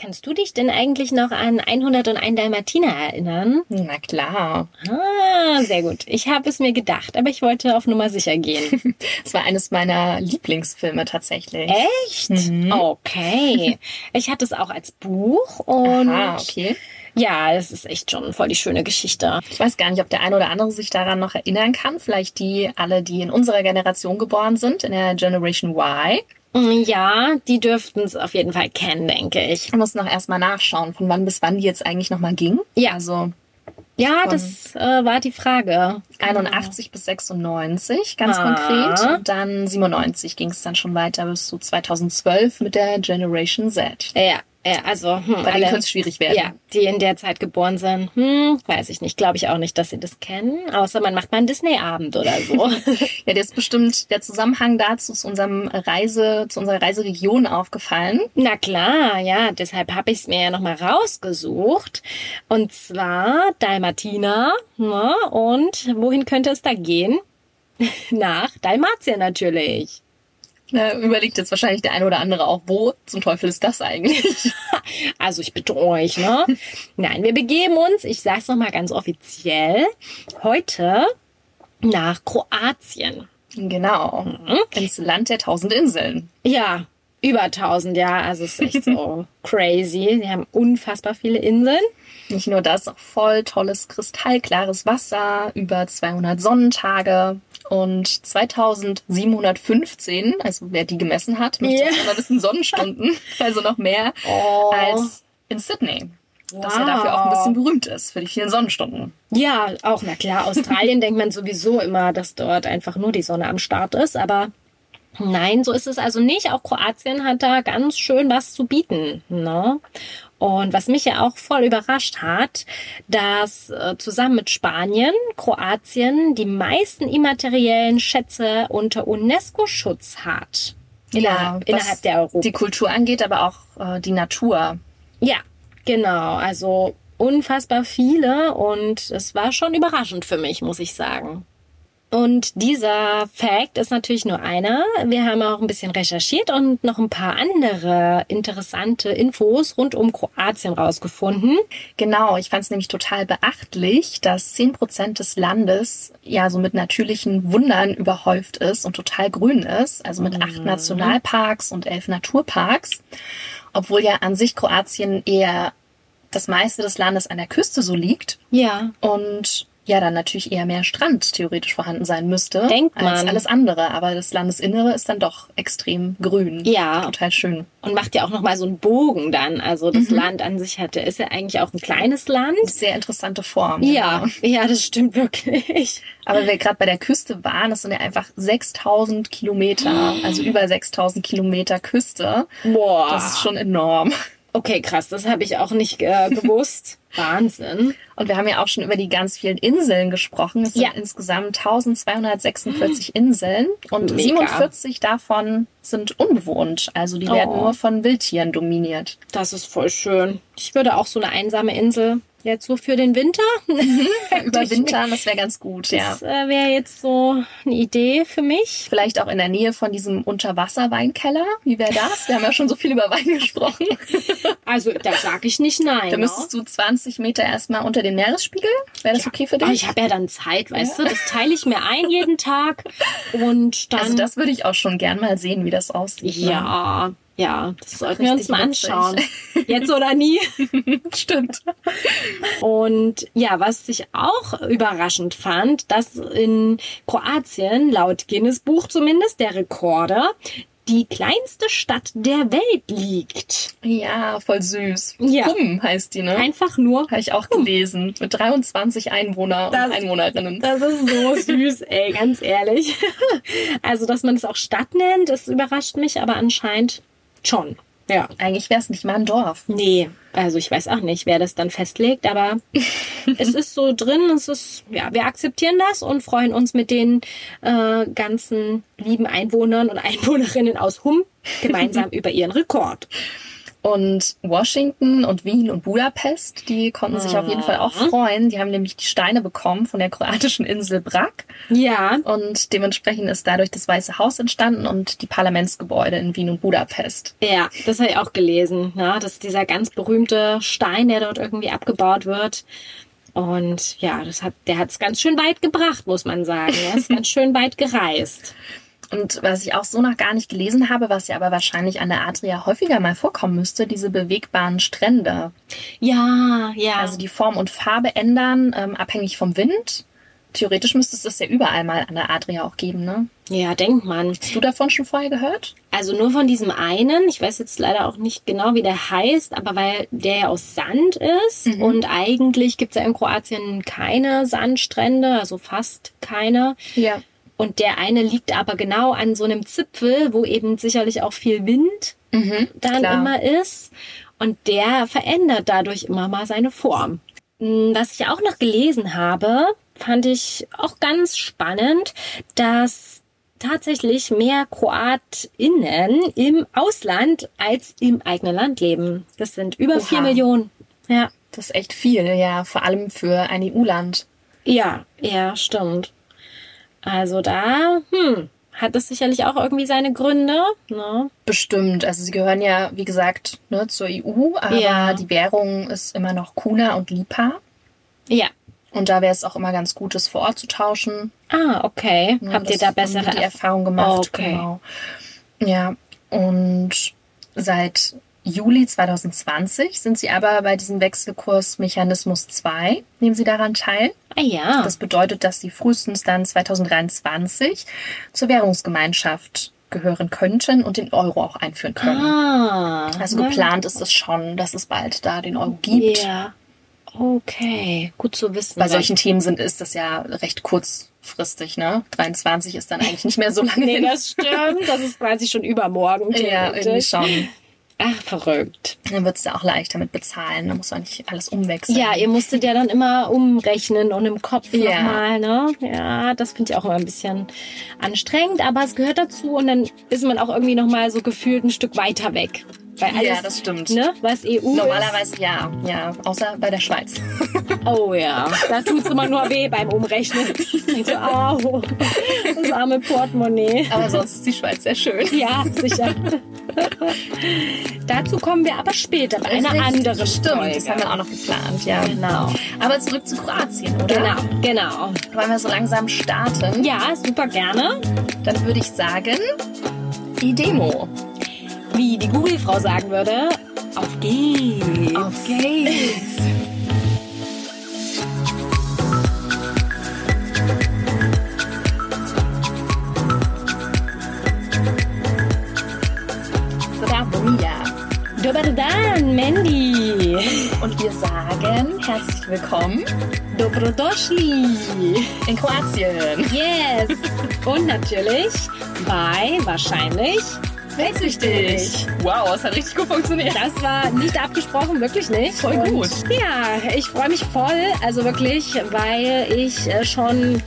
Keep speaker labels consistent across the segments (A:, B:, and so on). A: Kannst du dich denn eigentlich noch an 101 Dalmatiner erinnern?
B: Na klar.
A: Ah, sehr gut. Ich habe es mir gedacht, aber ich wollte auf Nummer sicher gehen.
B: Es war eines meiner Lieblingsfilme tatsächlich.
A: Echt?
B: Mhm.
A: Okay. Ich hatte es auch als Buch und
B: Aha, okay.
A: ja, das ist echt schon voll die schöne Geschichte.
B: Ich weiß gar nicht, ob der eine oder andere sich daran noch erinnern kann. Vielleicht die alle, die in unserer Generation geboren sind, in der Generation Y.
A: Mm, Ja, die dürften es auf jeden Fall kennen, denke ich.
B: Ich muss noch erstmal nachschauen, von wann bis wann die jetzt eigentlich nochmal ging.
A: Ja.
B: Also
A: Ja,
B: Von-
A: das äh, war die Frage.
B: 81 bis 96, ganz
A: Genau. Ah.
B: konkret. Und dann 97 ging es dann schon weiter bis zu 2012 mit der Generation Z.
A: Ja, ja also hm,
B: Bei denen
A: alle,
B: könnte es schwierig werden.
A: ja, die in der Zeit geboren sind, hm, weiß ich nicht. Glaube ich auch nicht, dass sie das kennen. Außer man macht mal einen Disney-Abend oder so.
B: Ja, der ist bestimmt der Zusammenhang dazu zu unserem Reise, zu unserer Reiseregion aufgefallen.
A: Na klar, ja, deshalb habe ich es mir ja nochmal rausgesucht. Und zwar Dalmatina. Ne? Und wohin könnte es da gehen? Nach Dalmatien natürlich.
B: Na, überlegt jetzt wahrscheinlich der eine oder andere auch, wo zum Teufel ist das eigentlich?
A: Also ich bitte euch, ne? Nein, wir begeben uns, ich sag's nochmal ganz offiziell, heute nach Kroatien.
B: genau.
A: Mhm.
B: Ins Land der tausend Inseln.
A: Ja, über 1000, ja, also es ist echt so crazy. Sie haben unfassbar viele Inseln.
B: Nicht nur das, auch voll tolles, kristallklares Wasser, über 200 Sonnentage und 2715, also wer die gemessen hat, möchte
A: Ja.
B: yeah. mal wissen, Sonnenstunden, also noch mehr
A: Oh.
B: als in Sydney. Das ja
A: Wow.
B: dafür auch ein bisschen berühmt ist, für die vielen Sonnenstunden.
A: Ja, auch, na klar, Australien denkt man sowieso immer, dass dort einfach nur die Sonne am Start ist, aber nein, so ist es also nicht. Auch Kroatien hat da ganz schön was zu bieten. Ne? Und was mich ja auch voll überrascht hat, dass äh, zusammen mit Spanien Kroatien die meisten immateriellen Schätze unter UNESCO-Schutz hat. Innerhalb,
B: Genau, was
A: innerhalb der Europa.
B: Die Kultur angeht, aber auch äh, die Natur.
A: Ja, genau. Also unfassbar viele und es war schon überraschend für mich, muss ich sagen. Und dieser Fact ist natürlich nur einer. Wir haben auch ein bisschen recherchiert und noch ein paar andere interessante Infos rund um Kroatien rausgefunden.
B: Genau, ich fand es nämlich total beachtlich, dass 10% des Landes ja so mit natürlichen Wundern überhäuft ist und total grün ist, also mit
A: Mhm.
B: acht Nationalparks und elf Naturparks, obwohl ja an sich Kroatien eher das meiste des Landes an der Küste so liegt
A: Ja.
B: und ja dann natürlich eher mehr Strand theoretisch vorhanden sein müsste
A: Denkt
B: als
A: man.
B: alles andere, aber das Landesinnere ist dann doch extrem grün.
A: Ja.
B: Total schön.
A: Und macht ja auch nochmal so einen Bogen dann. Also das Land an sich hatte, ist ja eigentlich auch ein kleines Land.
B: Sehr interessante Form. genau.
A: Ja, ja, das stimmt wirklich.
B: Aber wir gerade bei der Küste waren, das sind ja einfach 6000 Kilometer, also
A: Hm.
B: über 6000 Kilometer Küste.
A: Boah.
B: Das ist schon enorm.
A: okay, krass. Das habe ich auch nicht äh, gewusst. Wahnsinn.
B: Und wir haben ja auch schon über die ganz vielen Inseln gesprochen. Es sind
A: Ja. Hm.
B: insgesamt 1246 Inseln und
A: Mega.
B: 47 davon sind unbewohnt. Also die werden
A: Oh.
B: nur von Wildtieren dominiert.
A: Das ist voll schön. Ich würde auch so eine einsame Insel jetzt so für den Winter.
B: Überwintern, das wäre ganz gut, ja.
A: Das äh, wäre jetzt so eine Idee für mich.
B: Vielleicht auch in der Nähe von diesem Unterwasser-Weinkeller. Wie wäre das? Wir haben ja schon so viel über Wein gesprochen.
A: Also da sage ich nicht nein.
B: Da
A: ne?
B: müsstest du 20 Meter erstmal unter dem Meeresspiegel. Wäre das okay für dich?
A: ne? Aber ich habe ja dann Zeit, weißt du, das teile ich mir ein jeden Tag und dann
B: Also das würde ich auch schon gern mal sehen, wie das aussieht. ne?
A: ja, ja, das sollten wir uns
B: richtig
A: mal
B: witzig.
A: anschauen. Jetzt oder nie.
B: stimmt.
A: Und ja, was ich auch überraschend fand, dass in Kroatien, laut Guinness Buch zumindest, der Rekorde, die kleinste Stadt der Welt liegt.
B: Ja, voll süß.
A: Ja.
B: Hum heißt die, ne?
A: Einfach nur.
B: Habe ich auch gelesen. Mit 23 Einwohner
A: Das-
B: und Einwohnerinnen.
A: Das ist so süß, ey, ganz ehrlich. Also, dass man es auch Stadt nennt, das überrascht mich, aber anscheinend schon. Ja.
B: Eigentlich wäre es nicht mal ein Dorf.
A: Nee, also ich weiß auch nicht, wer das dann festlegt, aber es ist so drin, es ist, ja, wir akzeptieren das und freuen uns mit den äh, ganzen lieben Einwohnern und Einwohnerinnen aus Hum gemeinsam über ihren Rekord.
B: Und Washington und Wien und Budapest, die konnten sich auf jeden Fall auch
A: Mhm.
B: freuen. Die haben nämlich die Steine bekommen von der kroatischen Insel Brack.
A: Ja.
B: Und dementsprechend ist dadurch das Weiße Haus entstanden und die Parlamentsgebäude in Wien und Budapest.
A: Ja, das habe ich auch gelesen. Ne? Das ist dieser ganz berühmte Stein, der dort irgendwie abgebaut wird. Und ja, das hat, der hat es ganz schön weit gebracht, muss man sagen. Er ist ganz schön weit gereist.
B: Und was ich auch so noch gar nicht gelesen habe, was ja aber wahrscheinlich an der Adria häufiger mal vorkommen müsste, diese bewegbaren Strände.
A: Ja, ja.
B: Also die Form und Farbe ändern, ähm, abhängig vom Wind. Theoretisch müsste es das ja überall mal an der Adria auch geben, ne?
A: ja, denkt man.
B: Hast du davon schon vorher gehört?
A: Also nur von diesem einen, ich weiß jetzt leider auch nicht genau, wie der heißt, aber weil der ja aus Sand ist und eigentlich gibt's ja in Kroatien keine Sandstrände, also fast keine.
B: Ja.
A: Und der eine liegt aber genau an so einem Zipfel, wo eben sicherlich auch viel Wind
B: Mhm,
A: dann
B: Klar.
A: immer ist. Und der verändert dadurch immer mal seine Form. Hm, Was ich auch noch gelesen habe, fand ich auch ganz spannend, dass tatsächlich mehr KroatInnen im Ausland als im eigenen Land leben. Das sind über
B: Oha.
A: vier Millionen. Ja.
B: Das ist echt viel, ja, vor allem für ein E EU-Land.
A: Ja, ja, stimmt. Also da, hm, hat das sicherlich auch irgendwie seine Gründe, ne?
B: Bestimmt. Also sie gehören ja, wie gesagt, ne, zur EU, aber
A: Ja.
B: die Währung ist immer noch Kuna und Lipa.
A: Ja.
B: Und da wäre es auch immer ganz gut, das vor Ort zu tauschen.
A: Ah, okay.
B: Ne,
A: Habt ihr
B: das
A: da
B: haben wir
A: bessere
B: die Erfahrung gemacht?
A: Okay.
B: Genau. Ja. Und seit Juli 2020 sind sie aber bei diesem Wechselkursmechanismus 2, nehmen sie daran teil.
A: Ah ja.
B: Das bedeutet, dass sie frühestens dann 2023 zur Währungsgemeinschaft gehören könnten und den Euro auch einführen können.
A: ah.
B: Also
A: na
B: geplant ist es schon, dass es bald da den Euro gibt.
A: Ja. Okay, gut zu wissen.
B: Bei
A: weil-
B: solchen Themen sind ist das ja recht kurzfristig, ne? 23 ist dann eigentlich nicht mehr so lange
A: Nee,
B: hin.
A: das stimmt. Das ist quasi schon übermorgen.
B: Ja, irgendwie
A: theoretisch.
B: schon.
A: Ach, verrückt.
B: Dann wird's ja auch leichter mit bezahlen. Da muss man nicht alles umwechseln.
A: Ja, ihr musstet ja dann immer umrechnen und im Kopf
B: Ja.
A: nochmal, ne? Ja, das finde ich auch immer ein bisschen anstrengend, aber es gehört dazu und dann ist man auch irgendwie nochmal so gefühlt ein Stück weiter weg. Weil alles,
B: ja, das stimmt.
A: ne, was EU
B: Normalerweise ja, ja. Außer bei der Schweiz.
A: ist. Oh ja, da tut's immer nur weh beim Umrechnen. Ich so, au, das arme Portemonnaie.
B: Aber sonst ist die Schweiz sehr schön.
A: Ja, sicher. Dazu kommen wir aber später bei einer anderen
B: Stimmt,
A: Folge.
B: das haben wir auch noch geplant, ja.
A: Genau.
B: Aber zurück zu Kroatien, oder?
A: Genau, genau.
B: Wollen wir so langsam starten?
A: Ja, super gerne.
B: Dann würde ich sagen, die Demo.
A: Wie die Google-Frau sagen würde, auf geht's.
B: Auf geht's. Slavomia.
A: Dobar dan, Mandy.
B: Und wir sagen herzlich willkommen
A: Dobrodošli.
B: in Kroatien.
A: Yes. Und natürlich bei wahrscheinlich.
B: Weltsüchtig. Wow, es hat richtig gut funktioniert.
A: Das war nicht abgesprochen, wirklich nicht.
B: Voll gut.
A: Ja, ich freue mich voll, also wirklich, weil ich äh, schon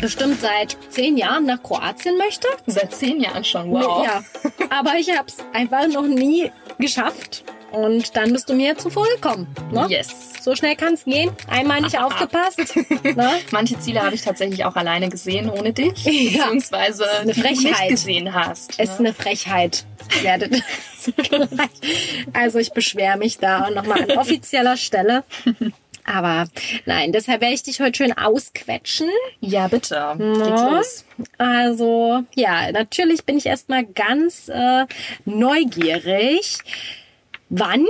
A: bestimmt seit zehn Jahren nach Kroatien möchte.
B: Seit zehn Jahren schon, wow.
A: Ja, aber ich habe es einfach noch nie geschafft. Und dann bist du mir zuvorgekommen. Ne?
B: Yes.
A: So schnell kann es gehen. Einmal nicht aufgepasst. ne?
B: Manche Ziele habe ich tatsächlich auch alleine gesehen ohne dich,
A: Ja.
B: beziehungsweise
A: eine
B: die du nicht
A: Frechheit.
B: gesehen hast.
A: Es ist
B: ne?
A: eine Frechheit. Ich werde- also ich beschwere mich da nochmal an offizieller Stelle. Aber nein, deshalb werde ich dich heute schön ausquetschen.
B: ja, bitte. Geht's
A: Ja.
B: los.
A: Also ja, natürlich bin ich erstmal ganz äh, neugierig, wann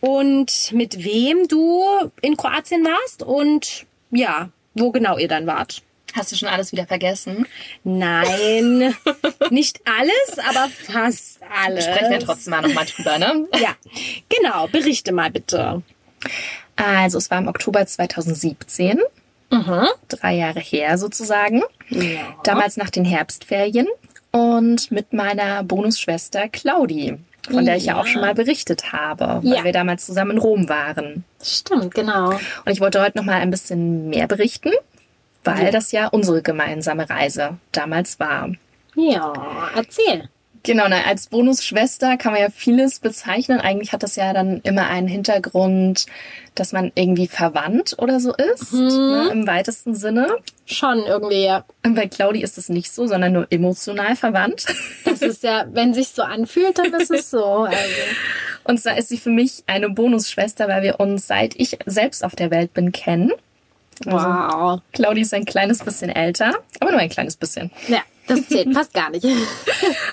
A: und mit wem du in Kroatien warst und ja, wo genau ihr dann wart.
B: Hast du schon alles wieder vergessen?
A: Nein, nicht alles, aber fast
B: Wir
A: alles.
B: sprechen ja trotzdem mal nochmal drüber, ne?
A: Ja, genau. Berichte mal bitte.
B: Also, es war im Oktober 2017, Mhm. drei Jahre her sozusagen.
A: Ja.
B: Damals nach den Herbstferien und mit meiner Bonusschwester Claudi, von der ich ja auch schon mal berichtet habe, weil
A: Ja.
B: wir damals zusammen in Rom waren.
A: Stimmt, genau.
B: Und ich wollte heute noch mal ein bisschen mehr berichten, weil das ja unsere gemeinsame Reise damals war.
A: Ja, erzähl.
B: Genau, na, als Bonusschwester kann man ja vieles bezeichnen. Eigentlich hat das ja dann immer einen Hintergrund, dass man irgendwie verwandt oder so ist, ne, im weitesten Sinne.
A: Schon irgendwie, ja.
B: Und bei Claudi ist es nicht so, sondern nur emotional verwandt.
A: Das ist ja, wenn sich so anfühlt, dann ist es so. Also.
B: Und zwar ist sie für mich eine Bonusschwester, weil wir uns seit ich selbst auf der Welt bin kennen.
A: Also.
B: Also
A: Wow.
B: Claudi ist ein kleines bisschen älter, aber nur ein kleines bisschen.
A: Ja, das zählt fast gar nicht.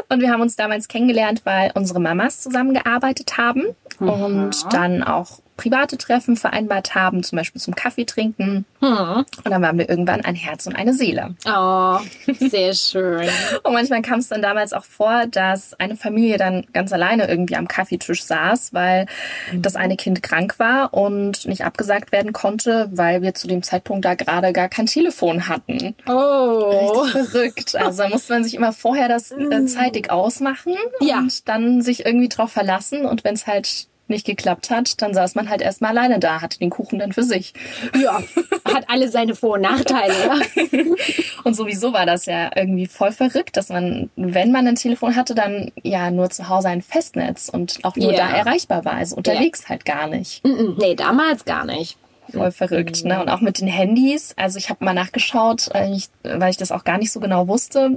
B: Und wir haben uns damals kennengelernt, weil unsere Mamas zusammengearbeitet haben und dann auch private Treffen vereinbart haben, zum Beispiel zum Kaffee trinken.
A: Hm.
B: Und dann waren wir irgendwann ein Herz und eine Seele.
A: Oh, sehr schön.
B: Und manchmal kam es dann damals auch vor, dass eine Familie dann ganz alleine irgendwie am Kaffeetisch saß, weil das eine Kind krank war und nicht abgesagt werden konnte, weil wir zu dem Zeitpunkt da gerade gar kein Telefon hatten.
A: Oh. Mm.
B: Richtig verrückt. Also da musste man sich immer vorher das äh, zeitig ausmachen
A: Ja.
B: und dann sich irgendwie drauf verlassen. Und wenn es halt nicht geklappt hat, dann saß man halt erstmal alleine da, hatte den Kuchen dann für sich.
A: Ja, hat alle seine Vor- und Nachteile. Ja.
B: Und sowieso war das ja irgendwie voll verrückt, dass man, wenn man ein Telefon hatte, dann ja nur zu Hause ein Festnetz und auch nur
A: Ja. Mhm.
B: da erreichbar war, also unterwegs halt gar nicht.
A: Mm-mm, Hm, Nee, damals gar nicht.
B: Voll verrückt,
A: Mhm.
B: ne? Und auch mit den Handys. Also ich habe mal nachgeschaut, weil ich, weil ich das auch gar nicht so genau wusste.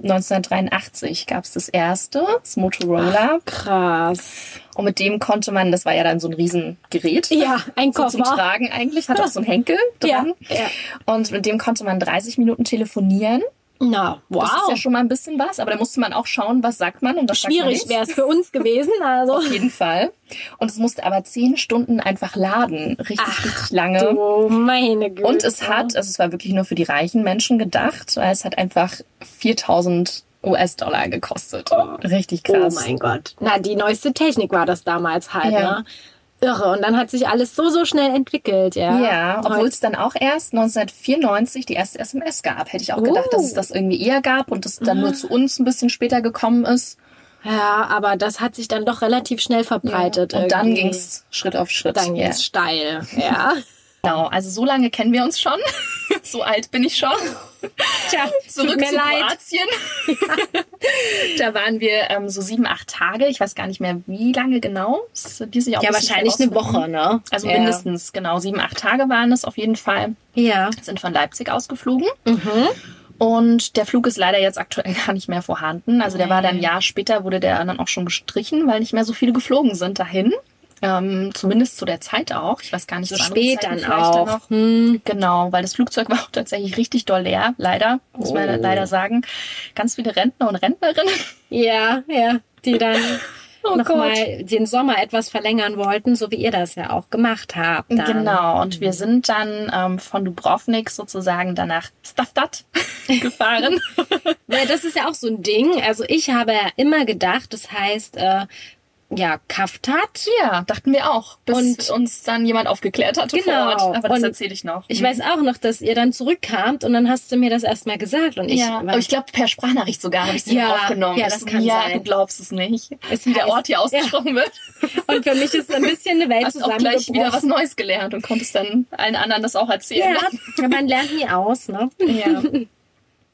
B: 1983 gab es das erste, das Motorola.
A: Krass.
B: Und mit dem konnte man, das war ja dann so ein Riesengerät.
A: Ja, ein
B: So zum
A: Koffer.
B: Tragen eigentlich, hat auch so einen Henkel dran.
A: Ja, ja.
B: Und mit dem konnte man 30 Minuten telefonieren.
A: Na, wow.
B: Das ist ja schon mal ein bisschen was, aber da musste man auch schauen, was sagt man und was
A: Schwierig
B: sagt man
A: wäre
B: nicht.
A: es für uns gewesen. Also.
B: Auf jeden Fall. Und es musste aber zehn Stunden einfach laden. Richtig, richtig lange.
A: Oh, meine Güte.
B: Und es hat, also es war wirklich nur für die reichen Menschen gedacht, weil es hat einfach 4000 US-Dollar gekostet. Richtig krass.
A: Oh mein Gott. Na, die neueste Technik war das damals halt,
B: Ja.
A: ne? Irre. Und dann hat sich alles so, so schnell entwickelt, ja.
B: Ja, obwohl
A: Heute-
B: es dann auch erst 1994 die erste SMS gab. Hätte ich auch gedacht,
A: Oh. Mhm.
B: dass es das irgendwie eher gab und das dann nur zu uns ein bisschen später gekommen ist.
A: Ja, aber das hat sich dann doch relativ schnell verbreitet.
B: Und dann
A: irgendwie.
B: ging es Schritt auf Schritt.
A: Dann
B: Ja.
A: ging's steil, ja.
B: Genau, also so lange kennen wir uns schon. so alt bin ich schon.
A: Tja,
B: Zurück zu Kroatien. da waren wir ähm, so sieben, acht Tage. Ich weiß gar nicht mehr, wie lange genau. Das ließ sich auch
A: Ja,
B: ein bisschen
A: wahrscheinlich
B: schwer
A: eine Woche, ne?
B: Also
A: ja.
B: mindestens, genau. Sieben, acht Tage waren es auf jeden Fall.
A: Ja.
B: Sind von Leipzig ausgeflogen.
A: Mhm.
B: Und der Flug ist leider jetzt aktuell gar nicht mehr vorhanden. Also der war dann ein Jahr später, wurde der dann auch schon gestrichen, weil nicht mehr so viele geflogen sind dahin. Ähm, zumindest zu der Zeit auch. Ich weiß gar nicht,
A: So
B: zu anderen
A: spät
B: Zeiten
A: dann
B: vielleicht
A: auch.
B: noch.
A: Hm.
B: Genau, weil das Flugzeug war auch tatsächlich richtig doll leer, leider, muss man
A: Oh.
B: leider sagen. Ganz viele Rentner und Rentnerinnen.
A: Ja, ja. Die dann
B: Oh
A: nochmal den Sommer etwas verlängern wollten, so wie ihr das ja auch gemacht habt. Dann.
B: Genau, und wir sind dann ähm, von Dubrovnik sozusagen danach Stavdat gefahren.
A: Ja, das ist ja auch so ein Ding. Also ich habe ja immer gedacht, das heißt, äh, ja, Kaftat.
B: ja, dachten wir auch,
A: Und-
B: bis uns dann jemand aufgeklärt hatte
A: Genau,
B: vor Ort. Aber das
A: und
B: erzähle ich noch.
A: Ich weiß auch noch, dass ihr dann zurückkamt und dann hast du mir das erstmal gesagt und ich
B: ja,
A: war-
B: aber ich glaube, per Sprachnachricht sogar habe ich sie
A: Ja,
B: aufgenommen.
A: ja,
B: Ich
A: das
B: so,
A: kann
B: ja,
A: sein.
B: du glaubst es nicht,
A: Es
B: wie der
A: heißt-
B: Ort hier ausgesprochen wird.
A: und für mich ist ein bisschen eine Welt
B: Hast auch gleich wieder was ne?
A: zusammengebrochen.
B: Neues gelernt und konntest dann allen anderen das auch erzählen.
A: Ja, aber man lernt nie aus, ne?
B: ja.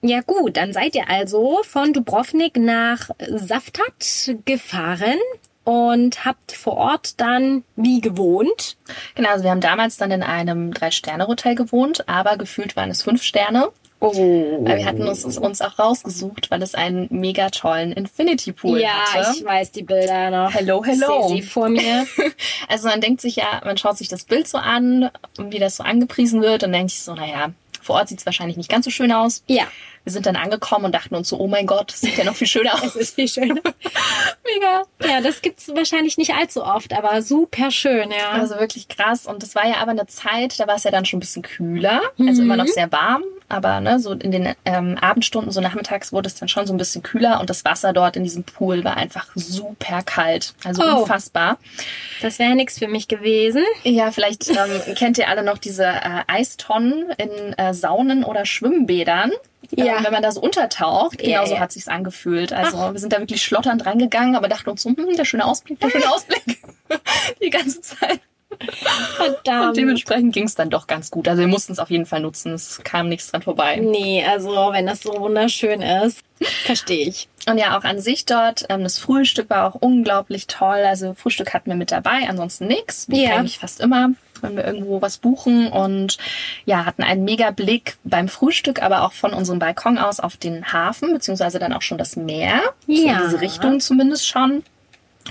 A: Ja gut, dann seid ihr also von Dubrovnik nach Saftat gefahren und habt vor Ort dann wie gewohnt.
B: Genau, also wir haben damals dann in einem Drei-Sterne-Hotel gewohnt, aber gefühlt waren es fünf Sterne.
A: Oh.
B: Weil wir hatten uns, uns auch rausgesucht, weil es einen mega tollen Infinity Pool
A: ja,
B: hatte.
A: ich weiß die Bilder noch.
B: Hello,
A: Ich
B: hello.
A: sehe sie vor mir.
B: Also man denkt sich ja, man schaut sich das Bild so an, wie das so angepriesen wird und denkt sich so, naja, vor Ort sieht es wahrscheinlich nicht ganz so schön aus.
A: Ja,
B: Wir sind dann angekommen und dachten uns so, oh mein Gott, das sieht ja noch viel schöner aus.
A: es ist viel schöner.
B: mega.
A: Ja, das gibt's wahrscheinlich nicht allzu oft, aber super schön, ja.
B: Also wirklich krass. Und das war ja aber eine Zeit, da war es ja dann schon ein bisschen kühler. Also immer noch sehr warm. Aber ne, so in den ähm, Abendstunden, so nachmittags wurde es dann schon so ein bisschen kühler. Und das Wasser dort in diesem Pool war einfach super kalt. Also
A: Oh.
B: unfassbar.
A: das wäre nichts für mich gewesen.
B: Ja, vielleicht ähm, kennt ihr alle noch diese äh, Eistonnen in äh, Saunen oder Schwimmbädern.
A: Ja.
B: Ähm, wenn man da so untertaucht,
A: Ja,
B: genauso
A: ja.
B: hat sich's angefühlt. Also wir sind da wirklich schlotternd reingegangen, aber dachten uns so, hm, der schöne Ausblick, der schöne Ausblick. Die ganze Zeit. Und
A: verdammt.
B: dementsprechend ging es dann doch ganz gut. Also wir mussten es auf jeden Fall nutzen. Es kam nichts dran vorbei.
A: Nee, also wenn das so wunderschön ist, verstehe ich.
B: Und ja, auch an sich dort, ähm, das Frühstück war auch unglaublich toll. Also Frühstück hatten wir mit dabei, ansonsten nix. Wie
A: Ja.
B: eigentlich fast immer, wenn wir irgendwo was buchen. Und ja, hatten einen mega Blick beim Frühstück, aber auch von unserem Balkon aus auf den Hafen, beziehungsweise dann auch schon das Meer. So in
A: Ja.
B: diese Richtung zumindest schon.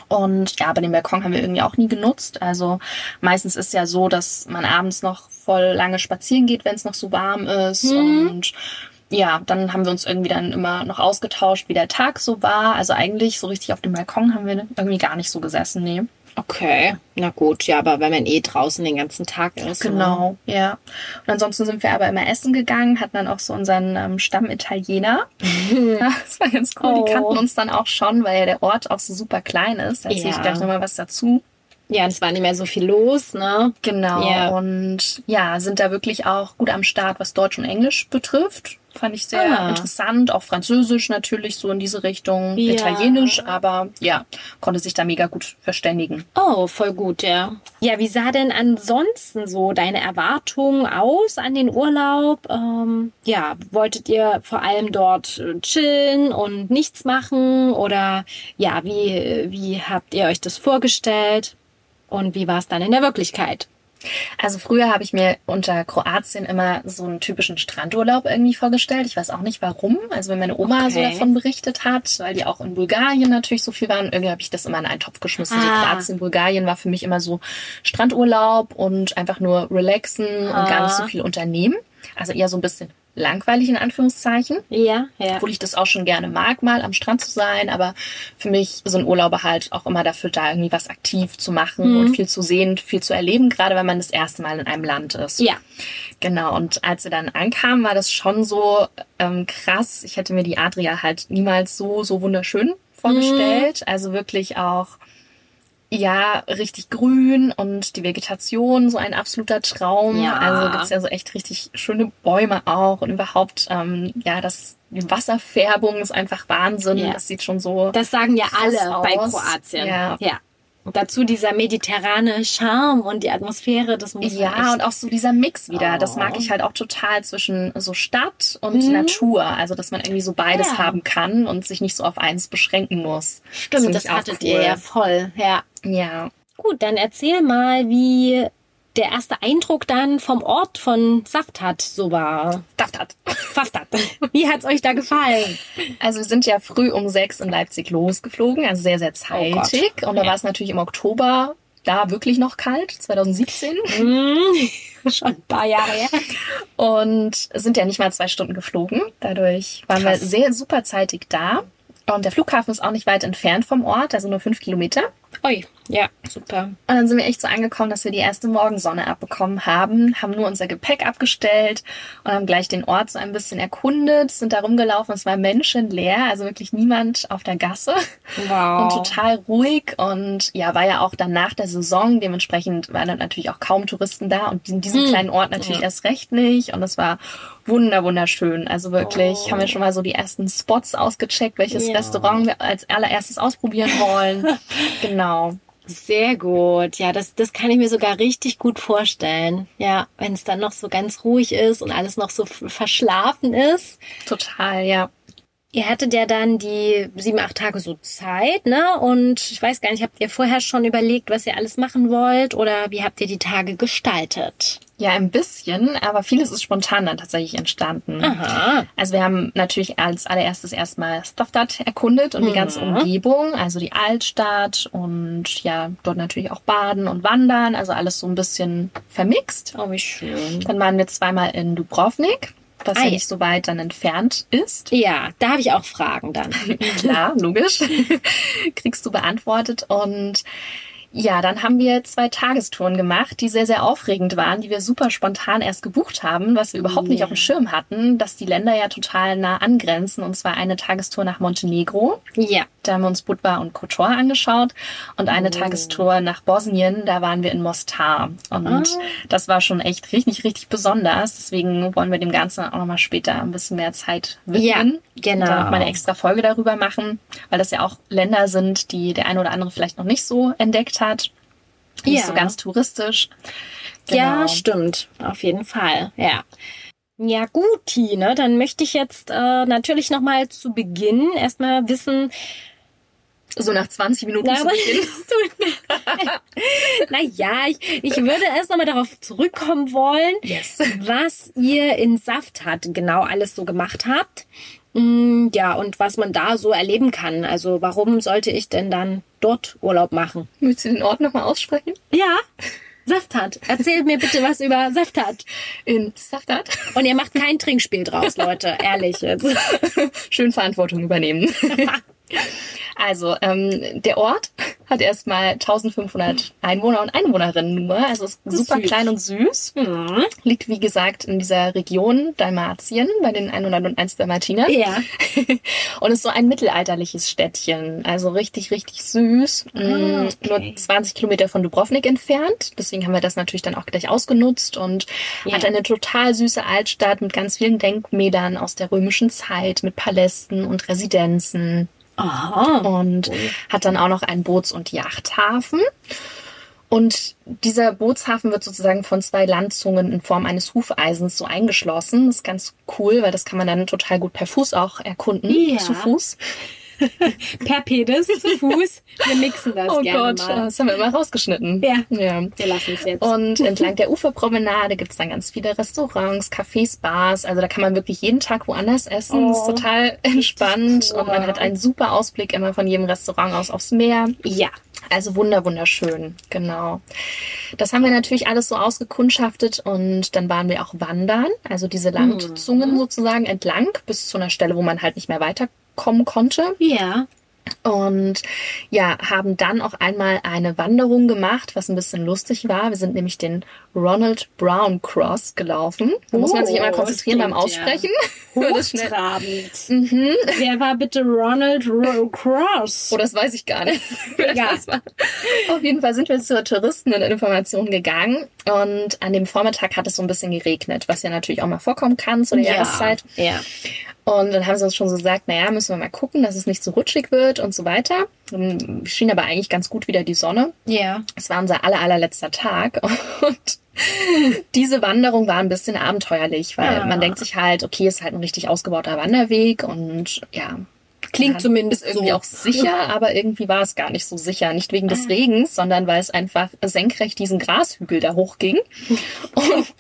B: Und ja, aber den Balkon haben wir irgendwie auch nie genutzt. Also meistens ist ja so, dass man abends noch voll lange spazieren geht, wenn es noch so warm ist.
A: Mhm.
B: Und ja, dann haben wir uns irgendwie dann immer noch ausgetauscht, wie der Tag so war. Also eigentlich so richtig auf dem Balkon haben wir irgendwie gar nicht so gesessen. Nee.
A: Okay, na gut, ja, aber wenn man eh draußen den ganzen Tag ist. ne?
B: Genau, ja. Und ansonsten sind wir aber immer essen gegangen, hatten dann auch so unseren ähm, Stamm-Italiener. Ja, das war ganz cool.
A: Oh.
B: Die kannten uns dann auch schon, weil ja der Ort auch so super klein ist. Da erzähle ich
A: Ja.
B: gleich nochmal was dazu.
A: Ja, und es war nicht mehr so viel los, ne?
B: Genau.
A: Ja.
B: Und ja, sind da wirklich auch gut am Start, was Deutsch und Englisch betrifft. Fand ich sehr
A: Ah.
B: interessant. Auch Französisch natürlich so in diese Richtung.
A: Ja.
B: Italienisch, aber ja, konnte sich da mega gut verständigen.
A: Oh, voll gut, ja. Ja, wie sah denn ansonsten so deine Erwartung aus an den Urlaub? Ähm, ja, wolltet ihr vor allem dort äh, chillen und nichts machen? Oder ja, wie, wie habt ihr euch das vorgestellt? Und wie war es dann in der Wirklichkeit?
B: Also früher habe ich mir unter Kroatien immer so einen typischen Strandurlaub irgendwie vorgestellt. Ich weiß auch nicht warum. Also wenn meine Oma so
A: Okay.
B: davon berichtet hat, weil die auch in Bulgarien natürlich so viel waren, irgendwie habe ich das immer in einen Topf geschmissen. So
A: Ah.
B: Kroatien, Bulgarien war für mich immer so Strandurlaub und einfach nur relaxen und gar nicht so
A: Ah.
B: viel unternehmen. Also eher so ein bisschen langweilig in Anführungszeichen.
A: Ja, ja.
B: Obwohl ich das auch schon gerne mag, mal am Strand zu sein, aber für mich sind Urlaube halt auch immer dafür da, irgendwie was aktiv zu machen
A: Mhm.
B: und viel zu sehen, viel zu erleben, gerade wenn man das erste Mal in einem Land ist.
A: Ja,
B: Genau, und als wir dann ankamen, war das schon so ähm, krass. Ich hätte mir die Adria halt niemals so, so wunderschön vorgestellt.
A: Mhm.
B: Also wirklich auch, ja, richtig grün und die Vegetation, so ein absoluter Traum.
A: Ja.
B: Also gibt's ja so echt richtig schöne Bäume auch und überhaupt, ähm, ja, das, die Wasserfärbung ist einfach Wahnsinn.
A: Ja.
B: Das sieht schon so.
A: das sagen ja
B: Krass
A: alle bei
B: aus.
A: Kroatien.
B: Ja.
A: ja. Und dazu dieser mediterrane Charme und die Atmosphäre, das muss man
B: Ja,
A: echt
B: und auch so dieser Mix wieder. Das
A: Oh.
B: mag ich halt auch total zwischen so Stadt und
A: Mhm.
B: Natur. Also, dass man irgendwie so beides
A: Ja.
B: haben kann und sich nicht so auf eins beschränken muss.
A: Stimmt,
B: finde
A: das
B: ich auch
A: hattet
B: cool.
A: ihr ja voll. Ja.
B: Ja.
A: Gut, dann erzähl mal, wie der erste Eindruck dann vom Ort von Saftat so war.
B: Daft hat.
A: Saftat. Wie hat's euch da gefallen?
B: Also, wir sind ja früh um sechs in Leipzig losgeflogen, also sehr, sehr zeitig. und da
A: Oh Ja.
B: war es natürlich im Oktober da wirklich noch kalt, 2017.
A: Hm, schon ein paar Jahre her.
B: Und sind ja nicht mal zwei Stunden geflogen. Dadurch waren
A: Krass.
B: wir sehr super zeitig da. Und der Flughafen ist auch nicht weit entfernt vom Ort, also nur fünf Kilometer.
A: Ui, ja, super.
B: Und dann sind wir echt so angekommen, dass wir die erste Morgensonne abbekommen haben, haben nur unser Gepäck abgestellt und haben gleich den Ort so ein bisschen erkundet, sind da rumgelaufen, es war menschenleer, also wirklich niemand auf der Gasse und
A: Wow.
B: total ruhig und ja, war ja auch dann nach der Saison, dementsprechend waren dann natürlich auch kaum Touristen da und in diesem
A: Hm.
B: kleinen Ort natürlich erst recht nicht und es war wunder, wunderschön. Also wirklich
A: Oh.
B: haben wir schon mal so die ersten Spots ausgecheckt, welches
A: Ja.
B: Restaurant wir als allererstes ausprobieren wollen. genau.
A: Sehr gut. Ja, das, das kann ich mir sogar richtig gut vorstellen. Ja, wenn es dann noch so ganz ruhig ist und alles noch so f- verschlafen ist.
B: Total, ja.
A: Ihr hattet ja dann die sieben, acht Tage so Zeit, ne? Und ich weiß gar nicht, habt ihr vorher schon überlegt, was ihr alles machen wollt oder wie habt ihr die Tage gestaltet?
B: Ja, ein bisschen, aber vieles ist spontan dann tatsächlich entstanden.
A: Ah. Aha.
B: Also wir haben natürlich als allererstes erstmal Stavdad erkundet und die ganze
A: Mhm.
B: Umgebung, also die Altstadt und ja, dort natürlich auch Baden und Wandern, also alles so ein bisschen vermixt.
A: Oh, wie schön.
B: Dann waren wir zweimal in Dubrovnik, was
A: Ei.
B: ja nicht so weit dann entfernt ist.
A: Ja, da habe ich auch Fragen dann.
B: Klar, logisch. Kriegst du beantwortet. Und ja, dann haben wir zwei Tagestouren gemacht, die sehr, sehr aufregend waren, die wir super spontan erst gebucht haben, was wir überhaupt nicht
A: Ja.
B: auf dem Schirm hatten, dass die Länder ja total nah angrenzen. Und zwar eine Tagestour nach Montenegro.
A: Ja.
B: Da haben wir uns Budva und Kotor angeschaut und
A: Oh.
B: eine Tagestour nach Bosnien, da waren wir in Mostar. Und
A: Ah.
B: das war schon echt richtig, richtig besonders. Deswegen wollen wir dem Ganzen auch nochmal später ein bisschen mehr Zeit widmen.
A: Ja, genau.
B: Und dann nochmal eine extra Folge darüber machen, weil das ja auch Länder sind, die der eine oder andere vielleicht noch nicht so entdeckt hat. Nicht
A: Ja.
B: so ganz touristisch. Genau.
A: Ja, stimmt. Auf jeden Fall. Ja. Ja gut, Tine, dann möchte ich jetzt äh, natürlich nochmal zu Beginn erstmal wissen,
B: So nach 20 Minuten
A: Na,
B: zu
A: aber-
B: Beginn.
A: naja, ich, ich würde erst nochmal darauf zurückkommen wollen,
B: Yes.
A: was ihr in Saft hat genau alles so gemacht habt. Mm, Ja, und was man da so erleben kann. Also warum sollte ich denn dann dort Urlaub machen?
B: Willst du den Ort nochmal aussprechen?
A: Ja, Saft hat. Erzählt mir bitte was über Saft hat.
B: In Saftart.
A: Und ihr macht kein Trinkspiel draus, Leute. Ehrlich jetzt.
B: Schön Verantwortung übernehmen. Also, ähm, der Ort hat erstmal 1500 Einwohner und Einwohnerinnen nur. Also ist
A: ist
B: super
A: süß.
B: klein und süß.
A: Mhm.
B: Liegt, wie gesagt, in dieser Region Dalmatien bei den 101 Dalmatinern.
A: Ja.
B: Und ist so ein mittelalterliches Städtchen. Also richtig, richtig süß. Mm,
A: Ah, okay.
B: Nur 20 Kilometer von Dubrovnik entfernt. Deswegen haben wir das natürlich dann auch gleich ausgenutzt und
A: Ja.
B: hat eine total süße Altstadt mit ganz vielen Denkmälern aus der römischen Zeit, mit Palästen und Residenzen.
A: Oh.
B: Und hat dann auch noch einen Boots- und Yachthafen. Und dieser Bootshafen wird sozusagen von zwei Landzungen in Form eines Hufeisens so eingeschlossen. Das ist ganz cool, weil das kann man dann total gut per Fuß auch erkunden,
A: Ja.
B: zu Fuß.
A: Per Pedis zu Fuß. Wir mixen das
B: oh
A: gerne
B: Gott,
A: mal.
B: das haben wir immer rausgeschnitten.
A: Ja.
B: ja.
A: Wir lassen es jetzt.
B: Und entlang der Uferpromenade gibt's dann ganz viele Restaurants, Cafés, Bars. Also da kann man wirklich jeden Tag woanders essen. das ist
A: Oh,
B: total entspannt.
A: cool.
B: Und man hat einen super Ausblick immer von jedem Restaurant aus aufs Meer.
A: Ja.
B: Also wunder, wunderschön, genau. Das haben wir natürlich alles so ausgekundschaftet und dann waren wir auch wandern, also diese Landzungen sozusagen entlang bis zu einer Stelle, wo man halt nicht mehr weiterkommen konnte.
A: Ja.
B: Und ja, haben dann auch einmal eine Wanderung gemacht, was ein bisschen lustig war. Wir sind nämlich den Ronald Brown Cross gelaufen. Da muss man sich
A: Oh,
B: immer konzentrieren
A: das
B: beim
A: klingt ja
B: Aussprechen. weil das schnell-
A: Hochtrabend. Mhm. Wer war bitte Ronald Ro Cross?
B: Oh, das weiß ich gar nicht. wer
A: Egal.
B: das war. Auf jeden Fall sind wir zur Touristen- und Information gegangen und an dem Vormittag hat es so ein bisschen geregnet, was ja natürlich auch mal vorkommen kann zu der Jahreszeit.
A: Ja.
B: Und dann haben sie uns schon so gesagt, naja, müssen wir mal gucken, dass es nicht so rutschig wird und so weiter. Dann schien aber eigentlich ganz gut wieder die Sonne.
A: Ja.
B: Es war unser aller, allerletzter Tag und diese Wanderung war ein bisschen abenteuerlich, weil
A: Ah.
B: man denkt sich halt, okay, ist halt ein richtig ausgebauter Wanderweg und ja,
A: Klingt
B: ja,
A: zumindest
B: ist irgendwie
A: so. Ah.
B: auch sicher, aber irgendwie war es gar nicht so sicher. Nicht wegen des Regens, sondern weil es einfach senkrecht diesen Grashügel da hochging. Und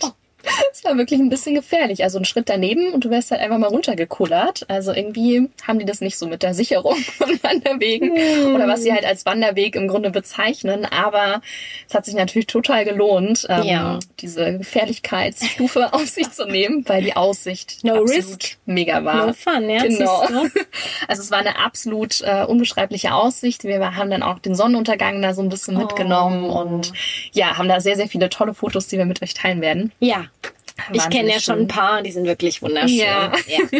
B: es war wirklich ein bisschen gefährlich. Also ein Schritt daneben und du wärst halt einfach mal runtergekullert. Also irgendwie haben die das nicht so mit der Sicherung von Wanderwegen oder was sie
A: Hm.
B: halt als Wanderweg im Grunde bezeichnen. Aber es hat sich natürlich total gelohnt, ähm,
A: Ja.
B: diese Gefährlichkeitsstufe auf sich zu nehmen, weil die Aussicht
A: No
B: absolut
A: risk.
B: mega war.
A: No fun, ja.
B: Genau.
A: siehst du?
B: Also es war eine absolut äh, unbeschreibliche Aussicht. Wir war- haben dann auch den Sonnenuntergang da so ein bisschen mitgenommen
A: Oh.
B: und ja, haben da sehr, sehr viele tolle Fotos, die wir mit euch teilen werden.
A: Ja. Ich
B: Wahnsinnig
A: kenne ja schon ein
B: schön.
A: paar, die sind wirklich wunderschön.
B: Ja.
A: Ja.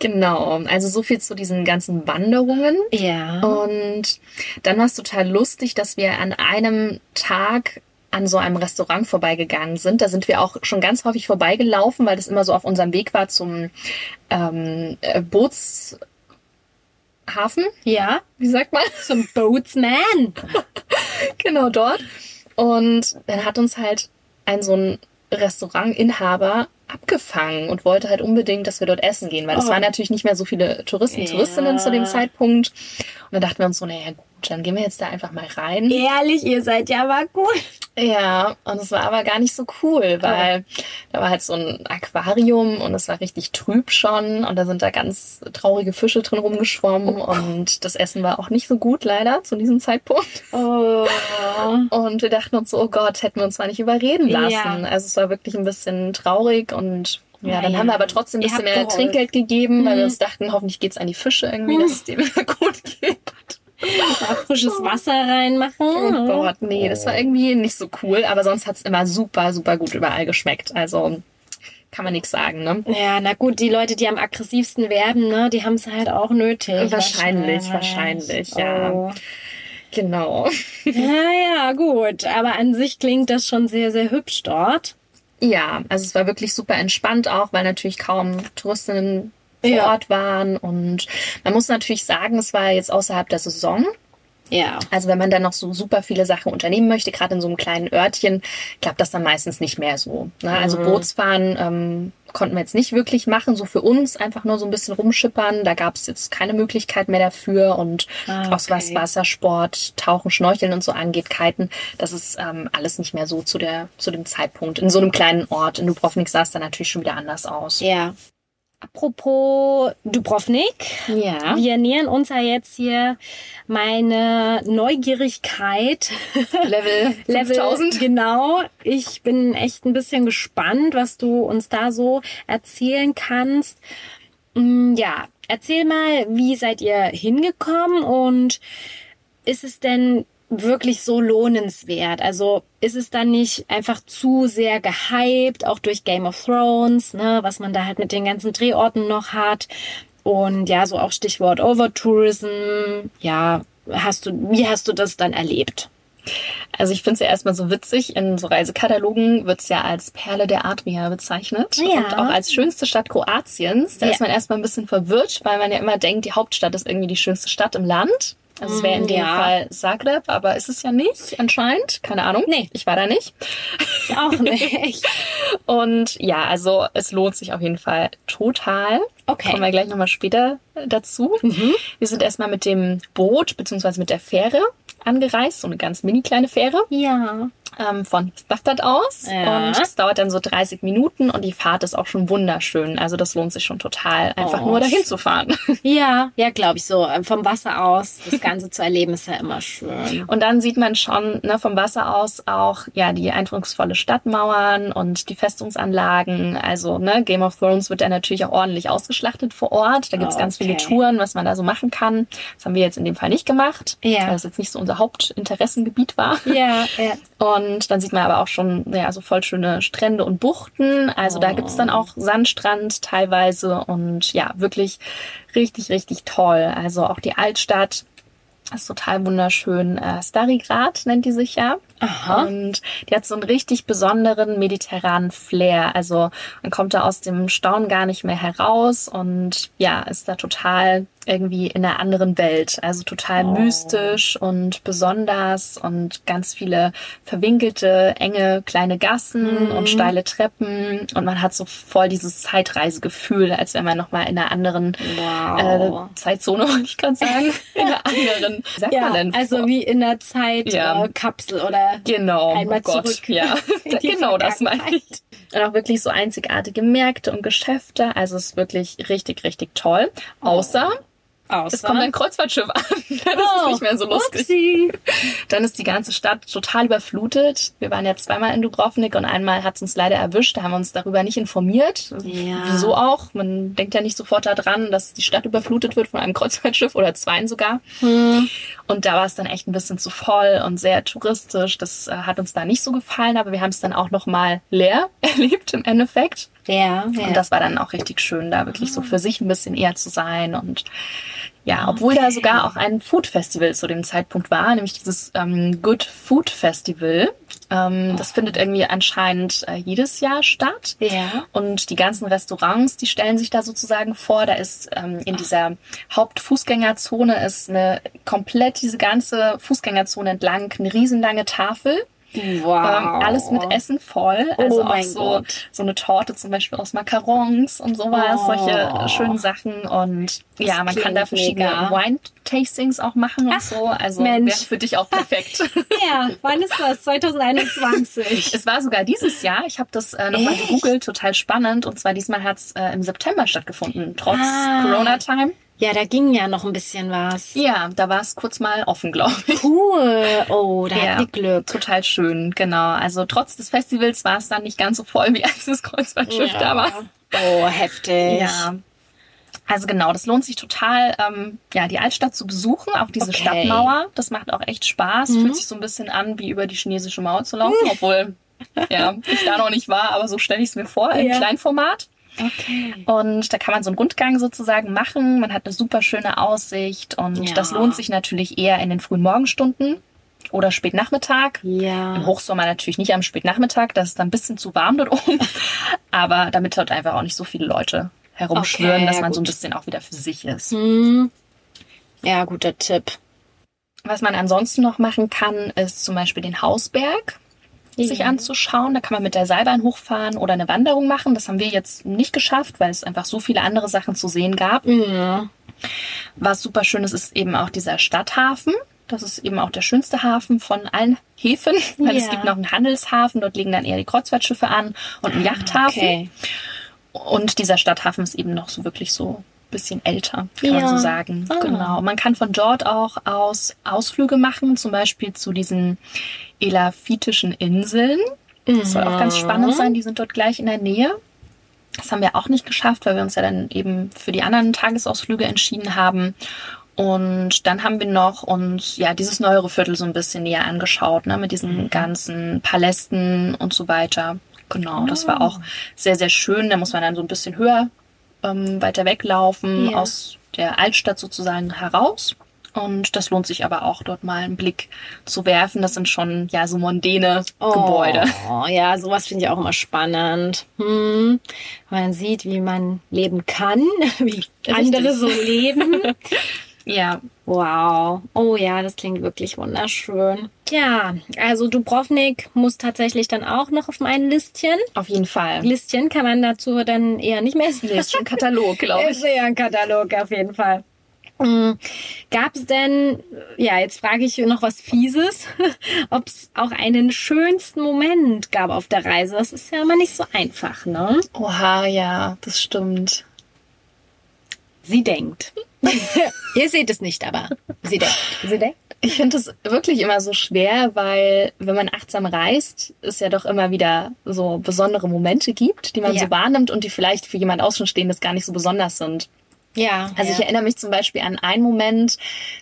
B: Genau, also so viel zu diesen ganzen Wanderungen.
A: ja.
B: Und dann war es total lustig, dass wir an einem Tag an so einem Restaurant vorbeigegangen sind. Da sind wir auch schon ganz häufig vorbeigelaufen, weil das immer so auf unserem Weg war zum ähm, äh, Bootshafen.
A: Ja.
B: Wie sagt man?
A: Zum Boatsman.
B: genau dort. Und dann hat uns halt ein so ein Restaurantinhaber abgefangen und wollte halt unbedingt, dass wir dort essen gehen, weil es
A: Oh.
B: waren natürlich nicht mehr so viele Touristen,
A: Ja.
B: Touristinnen zu dem Zeitpunkt. Und dann dachten wir uns so, naja gut, dann gehen wir jetzt da einfach mal rein.
A: Ehrlich, ihr seid ja mal gut.
B: Ja, und es war aber gar nicht so cool, weil da war halt so ein Aquarium und es war richtig trüb schon und da sind da ganz traurige Fische drin rumgeschwommen und das Essen war auch nicht so gut leider zu diesem Zeitpunkt.
A: Oh.
B: Und wir dachten uns so, oh Gott, hätten wir uns mal nicht überreden
A: Ja.
B: lassen. Also es war wirklich ein bisschen traurig und ja, dann
A: Naja.
B: haben wir aber trotzdem ein
A: Ihr
B: bisschen
A: habt
B: mehr
A: geholfen. Mhm.
B: Trinkgeld gegeben, weil wir uns dachten, hoffentlich geht's an die Fische irgendwie, dass es denen wieder gut geht.
A: Mal frisches Wasser reinmachen.
B: Oh Gott, nee, das war irgendwie nicht so cool, aber sonst hat's immer super, super gut überall geschmeckt. Also kann man nichts sagen, ne?
A: Ja, na gut, die Leute, die am aggressivsten werden, ne, die haben es halt auch nötig.
B: Wahrscheinlich, wahrscheinlich, ja.
A: Oh.
B: Genau.
A: Ja, ja, gut. Aber an sich klingt das schon sehr, sehr hübsch dort.
B: Ja, also es war wirklich super entspannt auch, weil natürlich kaum Touristinnen vor
A: Ja.
B: Ort waren. Und man muss natürlich sagen, es war jetzt außerhalb der Saison.
A: Ja.
B: Also wenn man dann noch so super viele Sachen unternehmen möchte, gerade in so einem kleinen Örtchen, klappt das dann meistens nicht mehr so. Ne? Also Bootsfahren ähm, konnten wir jetzt nicht wirklich machen, so für uns einfach nur so ein bisschen rumschippern. Da gab es jetzt keine Möglichkeit mehr dafür und
A: Ah,
B: auch was
A: okay.
B: Wassersport, Tauchen, Schnorcheln und so angeht, Kiten, das ist ähm, alles nicht mehr so zu der zu dem Zeitpunkt. In so einem kleinen Ort in Dubrovnik sah es dann natürlich schon wieder anders aus.
A: Ja. Apropos Dubrovnik,
B: Ja.
A: wir nähern uns ja jetzt hier meine Neugierigkeit
B: Level 5000.
A: Genau. Ich bin echt ein bisschen gespannt, was du uns da so erzählen kannst. Mm, Ja, erzähl mal, wie seid ihr hingekommen und ist es denn wirklich so lohnenswert? Also ist es dann nicht einfach zu sehr gehypt, auch durch Game of Thrones, ne, was man da halt mit den ganzen Drehorten noch hat? Und ja, so auch Stichwort Overtourism. Ja, hast du, wie hast du das dann erlebt?
B: Also ich finde es ja erstmal so witzig, in so Reisekatalogen wird es ja als Perle der Adria bezeichnet
A: Ja.
B: und auch als schönste Stadt Kroatiens. Da
A: Ja.
B: ist man erstmal ein bisschen verwirrt, weil man ja immer denkt, die Hauptstadt ist irgendwie die schönste Stadt im Land. Also es wäre in
A: Mm,
B: dem
A: ja.
B: Fall Zagreb, aber ist es ja nicht anscheinend. Keine Ahnung.
A: Nee.
B: Ich war da nicht.
A: Auch nicht.
B: Und ja, also es lohnt sich auf jeden Fall total.
A: Okay. Mhm.
B: Kommen wir gleich nochmal später dazu. Wir sind erstmal mit dem Boot beziehungsweise mit der Fähre angereist, so eine ganz mini kleine Fähre.
A: Ja.
B: ähm, von Bagdad aus.
A: Ja.
B: Und es dauert dann so 30 Minuten und die Fahrt ist auch schon wunderschön. Also das lohnt sich schon total, einfach
A: Oh.
B: nur dahin zu fahren.
A: Ja, ja, glaube ich so. Ähm, Vom Wasser aus das Ganze zu erleben ist ja immer schön.
B: Und dann sieht man schon ne, vom Wasser aus auch ja die eindrucksvolle Stadtmauern und die Festungsanlagen. Also ne, Game of Thrones wird ja natürlich auch ordentlich ausgeschlachtet vor Ort. Da gibt's ganz viele
A: Okay.
B: Touren, was man da so machen kann. Das haben wir jetzt in dem Fall nicht gemacht,
A: Ja.
B: weil das jetzt nicht so unser Hauptinteressengebiet war.
A: Ja, ja.
B: Und dann sieht man aber auch schon, ja, so voll schöne Strände und Buchten. Also da gibt's dann auch Sandstrand teilweise und ja, wirklich richtig, richtig toll. Also auch die Altstadt ist total wunderschön. Äh, Starigrad nennt die sich ja.
A: Aha.
B: Und die hat so einen richtig besonderen mediterranen Flair. Also man kommt da aus dem Staunen gar nicht mehr heraus und ja, ist da total irgendwie in einer anderen Welt. Also total
A: Oh.
B: mystisch und besonders und ganz viele verwinkelte, enge, kleine Gassen
A: Mhm.
B: und steile Treppen. Und man hat so voll dieses Zeitreisegefühl, als wenn man nochmal in einer anderen
A: Wow.
B: Ähm,
A: Ähm,
B: äh, Zeitzone, wollte ich gerade sagen, in einer anderen, wie sagt man
A: Ja,
B: denn?
A: also wie in der Zeitkapsel
B: Ja.
A: äh, Kapsel oder
B: Genau,
A: Einmal
B: oh Gott,
A: zurück
B: ja.
A: in die
B: genau das meine ich.
A: Vergangenheit.
B: Und auch wirklich so einzigartige Märkte und Geschäfte. Also es ist wirklich richtig, richtig toll. Außer
A: Oh, Außer,
B: es kommt ein Kreuzfahrtschiff an. Das ist
A: Oh,
B: nicht mehr so lustig.
A: Upsi.
B: Dann ist die ganze Stadt total überflutet. Wir waren ja zweimal in Dubrovnik und einmal hat es uns leider erwischt. Da haben wir uns darüber nicht informiert.
A: Ja.
B: Wieso auch? Man denkt ja nicht sofort daran, dass die Stadt überflutet wird von einem Kreuzfahrtschiff oder zweien sogar.
A: Hm.
B: Und da war es dann echt ein bisschen zu voll und sehr touristisch. Das äh, hat uns da nicht so gefallen, aber wir haben es dann auch nochmal leer erlebt im Endeffekt.
A: Ja, ja.
B: Und das war dann auch richtig schön, da wirklich so für sich ein bisschen eher zu sein. Und ja, obwohl da sogar auch ein Food Festival zu dem Zeitpunkt war, nämlich dieses ähm, Good Food Festival. Ähm, das findet irgendwie anscheinend äh, jedes Jahr statt.
A: ja.
B: Und die ganzen Restaurants, die stellen sich da sozusagen vor. Da ist ähm, in dieser Hauptfußgängerzone ist eine komplett diese ganze Fußgängerzone entlang eine riesenlange Tafel. Ähm,
A: Wow.
B: alles mit Essen voll. Also
A: Oh
B: auch
A: mein
B: so,
A: Gott.
B: so eine Torte zum Beispiel aus Macarons und sowas,
A: Oh.
B: solche schönen Sachen. Und ja, man kann da
A: klingt
B: verschiedene
A: mega.
B: Wine-Tastings auch machen und so. Also wäre
A: Mensch.
B: für dich auch perfekt.
A: Ja, wann ist das? 2021.
B: Es war sogar dieses Jahr, ich habe das äh, nochmal
A: Echt?
B: gegoogelt, total spannend. Und zwar diesmal hat es äh, im September stattgefunden, trotz
A: Ah.
B: Corona-Time.
A: ja, da ging ja noch ein bisschen was.
B: Ja, da war es kurz mal offen, glaube ich.
A: Cool. Oh, da
B: Ja.
A: habt ihr Glück.
B: Total schön, genau. Also trotz des Festivals war es dann nicht ganz so voll, wie als das Kreuzfahrtschiff da war.
A: Oh, heftig.
B: Ja. Also genau, das lohnt sich total, ähm, ja, die Altstadt zu besuchen, auch diese
A: Okay. Mhm.
B: Stadtmauer. Das macht auch echt Spaß. Fühlt sich so ein bisschen an, wie über die chinesische Mauer zu laufen, obwohl ja, ich da noch nicht war, aber so stelle ich es mir vor, im
A: Ja.
B: Kleinformat.
A: Okay.
B: Und da kann man so einen Rundgang sozusagen machen. Man hat eine super schöne Aussicht und
A: Ja.
B: das lohnt sich natürlich eher in den frühen Morgenstunden oder Spätnachmittag. Im
A: Ja.
B: Hochsommer natürlich nicht am Spätnachmittag, das ist dann ein bisschen zu warm dort oben. Aber damit dort einfach auch nicht so viele Leute herumschwirren,
A: Okay,
B: dass man
A: gut.
B: so ein bisschen auch wieder für sich ist.
A: Hm. Ja, guter Hm. Tipp.
B: Was man ansonsten noch machen kann, ist zum Beispiel den Hausberg sich
A: Ja.
B: anzuschauen. Da kann man mit der Seilbahn hochfahren oder eine Wanderung machen. Das haben wir jetzt nicht geschafft, weil es einfach so viele andere Sachen zu sehen gab.
A: Ja.
B: Was super schön ist, ist eben auch dieser Stadthafen. Das ist eben auch der schönste Hafen von allen Häfen, weil es
A: Ja.
B: gibt noch einen Handelshafen, dort liegen dann eher die Kreuzfahrtschiffe an und einen Yachthafen.
A: Ah, Okay.
B: Und dieser Stadthafen ist eben noch so wirklich so ein bisschen älter, kann man
A: Ja.
B: so sagen.
A: Ah.
B: Genau. Man kann von dort auch aus Ausflüge machen, zum Beispiel zu diesen elafitischen Inseln. Das soll auch ganz spannend
A: Mhm.
B: sein. Die sind dort gleich in der Nähe. Das haben wir auch nicht geschafft, weil wir uns ja dann eben für die anderen Tagesausflüge entschieden haben. Und dann haben wir noch uns ja dieses neuere Viertel so ein bisschen näher angeschaut, ne, mit
A: Mhm.
B: diesen ganzen Palästen und so weiter. Genau, das war auch sehr, sehr schön. Da muss man dann so ein bisschen höher ähm, weiter weglaufen,
A: Ja.
B: aus der Altstadt sozusagen heraus. Und das lohnt sich aber auch, dort mal einen Blick zu werfen. Das sind schon ja so mondäne Gebäude.
A: Oh, ja, sowas finde ich auch immer spannend. Hm. Man sieht, wie man leben kann, wie andere so leben.
B: Ja,
A: Wow. Oh ja, das klingt wirklich wunderschön. Ja, also Dubrovnik muss tatsächlich dann auch noch auf mein Listchen.
B: auf jeden Fall.
A: Listchen kann man dazu dann eher nicht mehr
B: Nee, ist schon Katalog, glaube ich.
A: Ist ja ein Katalog auf jeden Fall. Gab es denn, ja, jetzt frage ich noch was Fieses, ob es auch einen schönsten Moment gab auf der Reise? Das ist ja immer nicht so einfach, ne?
B: Oha, ja, das stimmt.
A: Sie denkt. Ihr seht es nicht, aber sie denkt. Sie denkt?
B: Ich finde es wirklich immer so schwer, weil wenn man achtsam reist, es ja doch immer wieder so besondere Momente gibt, die man
A: Ja.
B: so wahrnimmt und die vielleicht für jemand Außenstehendes gar nicht so besonders sind.
A: Ja.
B: Also ich erinnere mich zum Beispiel an einen Moment,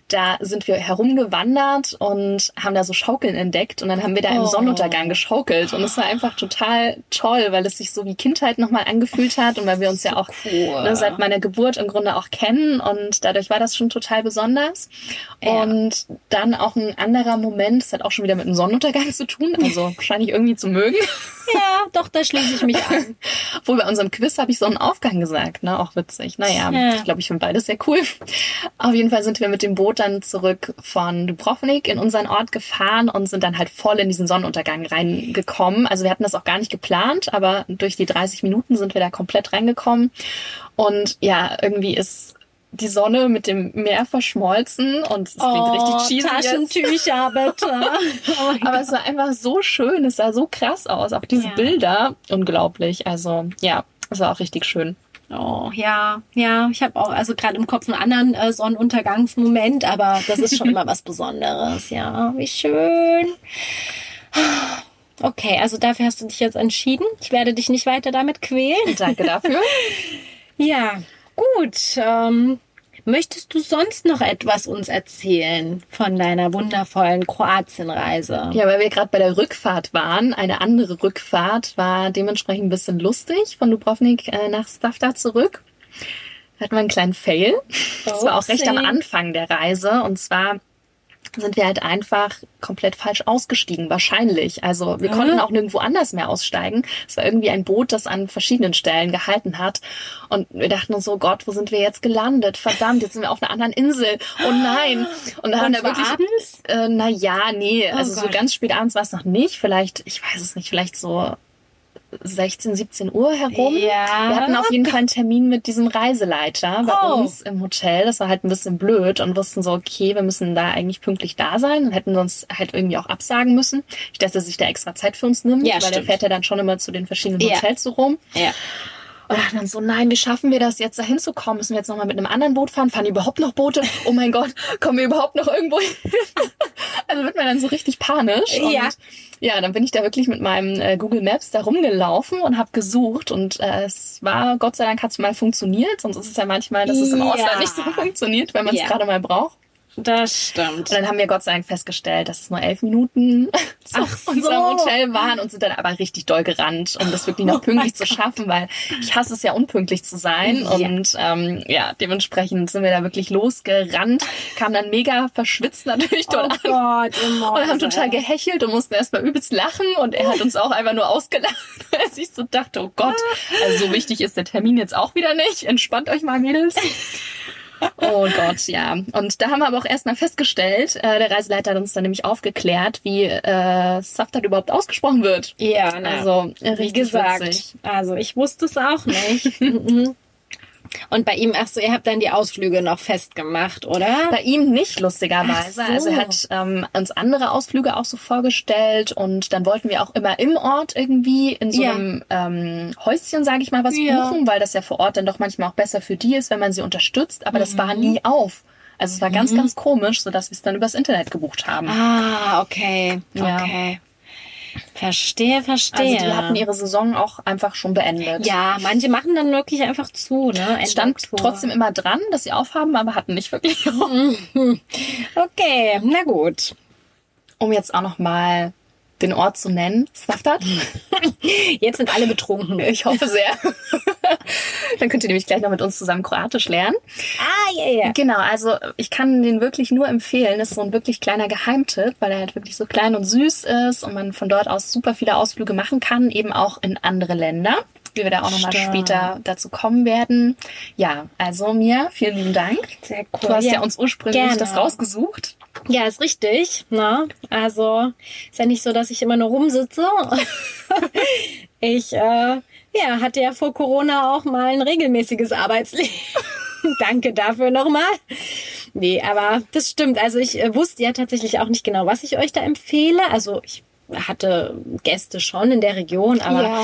B: da sind wir herumgewandert und haben da so Schaukeln entdeckt und dann haben wir da im
A: Oh.
B: Sonnenuntergang geschaukelt und es war einfach total toll, weil es sich so wie Kindheit nochmal angefühlt hat und weil wir uns ja auch
A: cool.
B: ne, seit meiner Geburt im Grunde auch kennen und dadurch war das schon total besonders.
A: Ja.
B: Und dann auch ein anderer Moment, das hat auch schon wieder mit dem Sonnenuntergang zu tun, also wahrscheinlich irgendwie zu mögen.
A: ja, doch, da schließe ich mich an.
B: Obwohl bei unserem Quiz habe ich Sonnenaufgang gesagt, ne? Auch witzig. Naja,
A: Ja.
B: ich glaube, ich finde beides sehr cool. Auf jeden Fall sind wir mit dem Boot dann zurück von Dubrovnik in unseren Ort gefahren und sind dann halt voll in diesen Sonnenuntergang reingekommen. Also wir hatten das auch gar nicht geplant, aber durch die 30 Minuten sind wir da komplett reingekommen. Und ja, irgendwie ist die Sonne mit dem Meer verschmolzen und es klingt richtig cheesy jetzt.
A: Oh, Taschentücher, bitte. Oh mein
B: Aber es war einfach so schön, es sah so krass aus, auch diese
A: Ja.
B: Bilder, unglaublich. Also ja, es war auch richtig schön.
A: Oh, ja, ja, ich habe auch also gerade im Kopf einen anderen äh, Sonnenuntergangsmoment, aber das ist schon immer was Besonderes. Ja, wie schön. Okay, also dafür hast du dich jetzt entschieden. Ich werde dich nicht weiter damit quälen.
B: Danke dafür.
A: Ja, gut. Ähm, möchtest du sonst noch etwas uns erzählen von deiner wundervollen Kroatienreise?
B: ja, weil wir gerade bei der Rückfahrt waren, eine andere Rückfahrt war dementsprechend ein bisschen lustig von Dubrovnik äh, nach Stavta zurück. Da hatten wir einen kleinen Fail. Das war auch recht am
A: Upsi.
B: Anfang der Reise. Und zwar sind wir halt einfach komplett falsch ausgestiegen, wahrscheinlich. Also wir
A: Hä?
B: konnten auch nirgendwo anders mehr aussteigen. Es war irgendwie ein Boot, das an verschiedenen Stellen gehalten hat. Und wir dachten uns so, Gott, wo sind wir jetzt gelandet? Verdammt, jetzt sind wir auf einer anderen Insel. Oh nein. Und da haben
A: Ah. Und
B: wir
A: es war
B: wirklich...
A: abends?
B: Äh, na ja, nee,
A: Oh
B: also so
A: Gott.
B: ganz spät abends war es noch nicht. Vielleicht, ich weiß es nicht, vielleicht so 16, 17 Uhr herum.
A: Ja.
B: Wir hatten auf jeden Fall einen Termin mit diesem Reiseleiter bei
A: Oh.
B: uns im Hotel. Das war halt ein bisschen blöd und wussten so, okay, wir müssen da eigentlich pünktlich da sein und hätten sonst halt irgendwie auch absagen müssen. Ich dass er sich da extra Zeit für uns nimmt,
A: Ja,
B: weil der
A: stimmt.
B: fährt ja dann schon immer zu den verschiedenen
A: Ja.
B: Hotels so rum.
A: Ja.
B: Und dachten dann so, nein, wie schaffen wir das jetzt da hinzukommen? Müssen wir jetzt nochmal mit einem anderen Boot fahren? Fahren die überhaupt noch Boote? Oh mein Gott, kommen wir überhaupt noch irgendwo hin? Also wird man dann so richtig panisch. Und
A: Ja.
B: ja, dann bin ich da wirklich mit meinem äh, Google Maps da rumgelaufen und habe gesucht. Und äh, es war, Gott sei Dank, hat es mal funktioniert. Sonst ist es ja manchmal, dass es im
A: Ja.
B: Ausland nicht so funktioniert, wenn man es
A: Ja.
B: gerade mal braucht.
A: Das stimmt.
B: Und dann haben wir Gott sei Dank festgestellt, dass es nur elf Minuten zu
A: Ach so. Oh
B: unserem Hotel waren und sind dann aber richtig doll gerannt, um das wirklich noch pünktlich zu schaffen, weil ich hasse es ja unpünktlich zu sein.
A: Ja.
B: Und ähm, ja, dementsprechend sind wir da wirklich losgerannt, kamen dann mega verschwitzt natürlich
A: Oh
B: dort an.
A: Gott, ihr
B: Und haben
A: Mäuse.
B: total gehechelt und mussten erstmal übelst lachen und er hat uns auch einfach nur ausgelacht, weil er sich so dachte, oh Gott, also so wichtig ist der Termin jetzt auch wieder nicht. Entspannt euch mal, Mädels. Oh Gott, ja. Und da haben wir aber auch erstmal festgestellt, äh, der Reiseleiter hat uns dann nämlich aufgeklärt, wie äh, Safdar überhaupt ausgesprochen wird.
A: Ja, na,
B: Also,
A: wie
B: richtig
A: gesagt.
B: witzig.
A: Also ich wusste es auch nicht. Mhm. Und bei ihm, ach so, ihr habt dann die Ausflüge noch festgemacht, oder?
B: Bei ihm nicht, lustigerweise.
A: Ach so.
B: Also er hat ähm, uns andere Ausflüge auch so vorgestellt und dann wollten wir auch immer im Ort irgendwie in so
A: Ja.
B: einem ähm, Häuschen, sage ich mal, was
A: Ja.
B: buchen, weil das ja vor Ort dann doch manchmal auch besser für die ist, wenn man sie unterstützt. Aber das
A: Mhm.
B: war nie auf. Also es war ganz, ganz komisch, sodass wir es dann übers Internet gebucht haben.
A: Ah, okay.
B: Ja.
A: Okay. Verstehe, verstehe.
B: also die hatten ihre Saison auch einfach schon beendet.
A: ja, manche machen dann wirklich einfach zu, ne? Ende
B: Es stand
A: Oktober. Mhm.
B: trotzdem immer dran, dass sie aufhaben, aber hatten nicht wirklich auf.
A: Okay, na gut.
B: Um jetzt auch nochmal den Ort zu nennen, Snaftat.
A: Jetzt sind alle betrunken.
B: Ich hoffe sehr. Dann könnt ihr nämlich gleich noch mit uns zusammen Kroatisch lernen.
A: Ah, ja, ja.
B: Genau, also ich kann den wirklich nur empfehlen. Das ist so ein wirklich kleiner Geheimtipp, weil er halt wirklich so klein und süß ist und man von dort aus super viele Ausflüge machen kann, eben auch in andere Länder, wie wir da auch nochmal
A: Stimmt.
B: später dazu kommen werden. Ja, also Mia, vielen lieben Dank.
A: Sehr cool.
B: Du hast ja, uns ursprünglich
A: Gerne.
B: das rausgesucht.
A: Ja, ist richtig. Na, also ist ja nicht so, dass ich immer nur rumsitze. ich äh, ja, hatte ja vor Corona auch mal ein regelmäßiges Arbeitsleben. Danke dafür nochmal. Nee, aber das stimmt. Also ich äh, wusste ja tatsächlich auch nicht genau, was ich euch da empfehle. Also ich hatte Gäste schon in der Region, aber
B: Ja.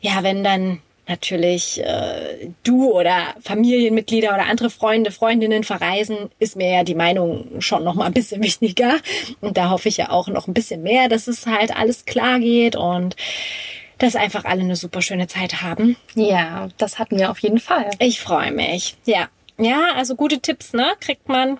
A: ja, wenn dann natürlich äh, du oder Familienmitglieder oder andere Freunde, Freundinnen verreisen, ist mir ja die Meinung schon noch mal ein bisschen wichtiger und da hoffe ich ja auch noch ein bisschen mehr, dass es halt alles klar geht und dass einfach alle eine super schöne Zeit haben.
B: Ja, das hatten wir auf jeden Fall.
A: Ich freue mich. Ja. Ja, also gute Tipps, ne? Kriegt man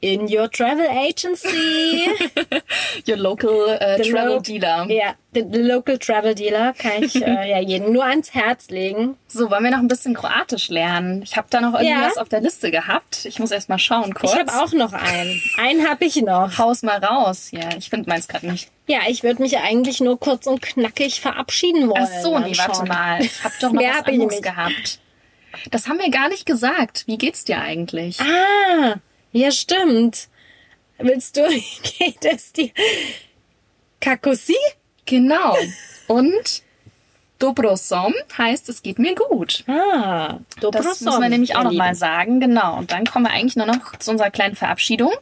A: in your travel agency.
B: Your local äh,
A: The
B: travel
A: lo-
B: dealer.
A: ja, the, the local travel dealer kann ich äh, ja jedem nur ans Herz legen.
B: So, wollen wir noch ein bisschen Kroatisch lernen? Ich habe da noch irgendwas
A: Ja.
B: auf der Liste gehabt. Ich muss erst mal schauen kurz.
A: Ich habe auch noch einen. Einen habe ich noch.
B: Haus mal raus. Ja, ich finde meins gerade nicht.
A: Ja, ich würde mich eigentlich nur kurz und knackig verabschieden wollen.
B: Ach so, nee,
A: Dann
B: warte
A: schon.
B: mal. Ich habe doch noch
A: Mehr
B: was
A: hab ich
B: anderes
A: nicht.
B: gehabt. Das haben wir gar nicht gesagt. Wie geht's dir eigentlich?
A: Ah, ja, stimmt. Willst du, geht es dir? Kakusi?
B: Genau. Und Dobro som heißt, es geht mir gut.
A: Ah, dobro
B: Das
A: som,
B: muss man nämlich auch
A: ihr
B: nochmal
A: Lieben.
B: sagen. Genau. Und dann kommen wir eigentlich nur noch zu unserer kleinen Verabschiedung.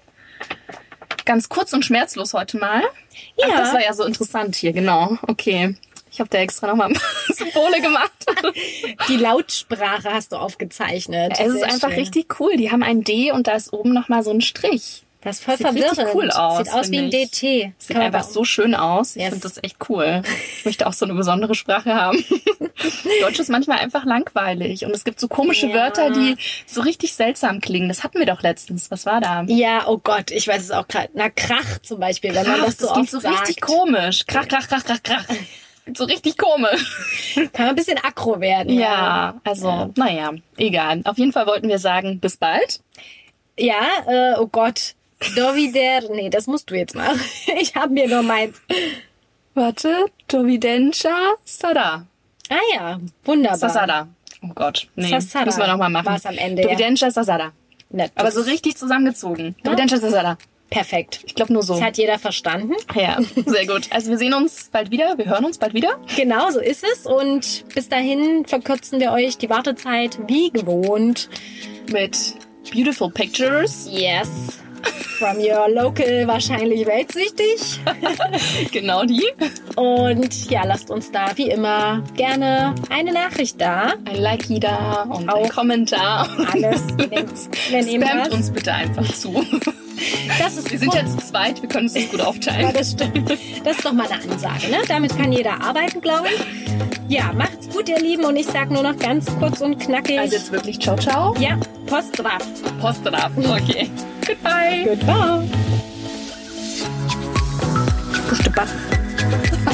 B: Ganz kurz und schmerzlos heute mal.
A: Ja,
B: Ach, das war ja so interessant hier, genau. Okay. Ich habe da extra nochmal Symbole gemacht.
A: die Lautsprache hast du aufgezeichnet.
B: es ist
A: Sehr
B: einfach
A: schön.
B: richtig cool. Die haben ein D und da ist oben nochmal so ein Strich.
A: Das ist voll
B: Sieht richtig
A: verwirrend.
B: cool aus,
A: Sieht aus wie ein
B: finde ich.
A: DT.
B: Sieht einfach so schön aus. Ich
A: Yes.
B: finde das echt cool. Ich möchte auch so eine besondere Sprache haben. Deutsch ist manchmal einfach langweilig und es gibt so komische
A: Ja.
B: Wörter, die so richtig seltsam klingen. Das hatten wir doch letztens. Was war da?
A: Ja, oh Gott, ich weiß es auch gerade. Na, Krach zum Beispiel, wenn man das so
B: klingt
A: oft
B: so
A: sagt.
B: richtig komisch. Krach, krach, krach, krach, krach. So richtig komisch.
A: Kann man ein bisschen aggro werden.
B: Ja, also, naja, egal. Auf jeden Fall wollten wir sagen, bis bald.
A: Ja, äh, oh Gott. Dovider. Nee, das musst du jetzt machen. Ich habe mir nur meins.
B: Warte, Dovidencha Sada.
A: Ah ja, wunderbar.
B: Sasada. Oh Gott, nee,
A: Sasada.
B: müssen wir nochmal machen.
A: War's am Ende, ja.
B: Dovidencha Sasada.
A: Nett.
B: Aber so richtig zusammengezogen. Dovidencha Sasada.
A: Perfekt.
B: Ich glaube nur so.
A: Das hat jeder verstanden.
B: Ja, sehr gut. Also wir sehen uns bald wieder, wir hören uns bald wieder.
A: Genau, so ist es. Und bis dahin verkürzen wir euch die Wartezeit wie gewohnt.
B: Mit Beautiful Pictures.
A: Yes. From your local, wahrscheinlich weltsüchtig.
B: Genau die.
A: Und ja, lasst uns da wie immer gerne eine Nachricht da.
B: Ein Like da und
A: Auch.
B: ein Kommentar.
A: Alles. Wir nehmen- Wir nehmen
B: Spamt
A: das.
B: uns bitte einfach zu.
A: Das ist
B: Wir sind ja zu zweit, wir können uns das gut aufteilen.
A: Ja, das stimmt. Das ist doch mal eine Ansage, ne? Damit kann jeder arbeiten, glaube ich. Ja, macht's gut, ihr Lieben. Und ich sage nur noch ganz kurz und knackig.
B: Also jetzt wirklich ciao, ciao.
A: ja, Post drauf.
B: Post ab. Okay. Goodbye.
A: Goodbye. Gute Bass.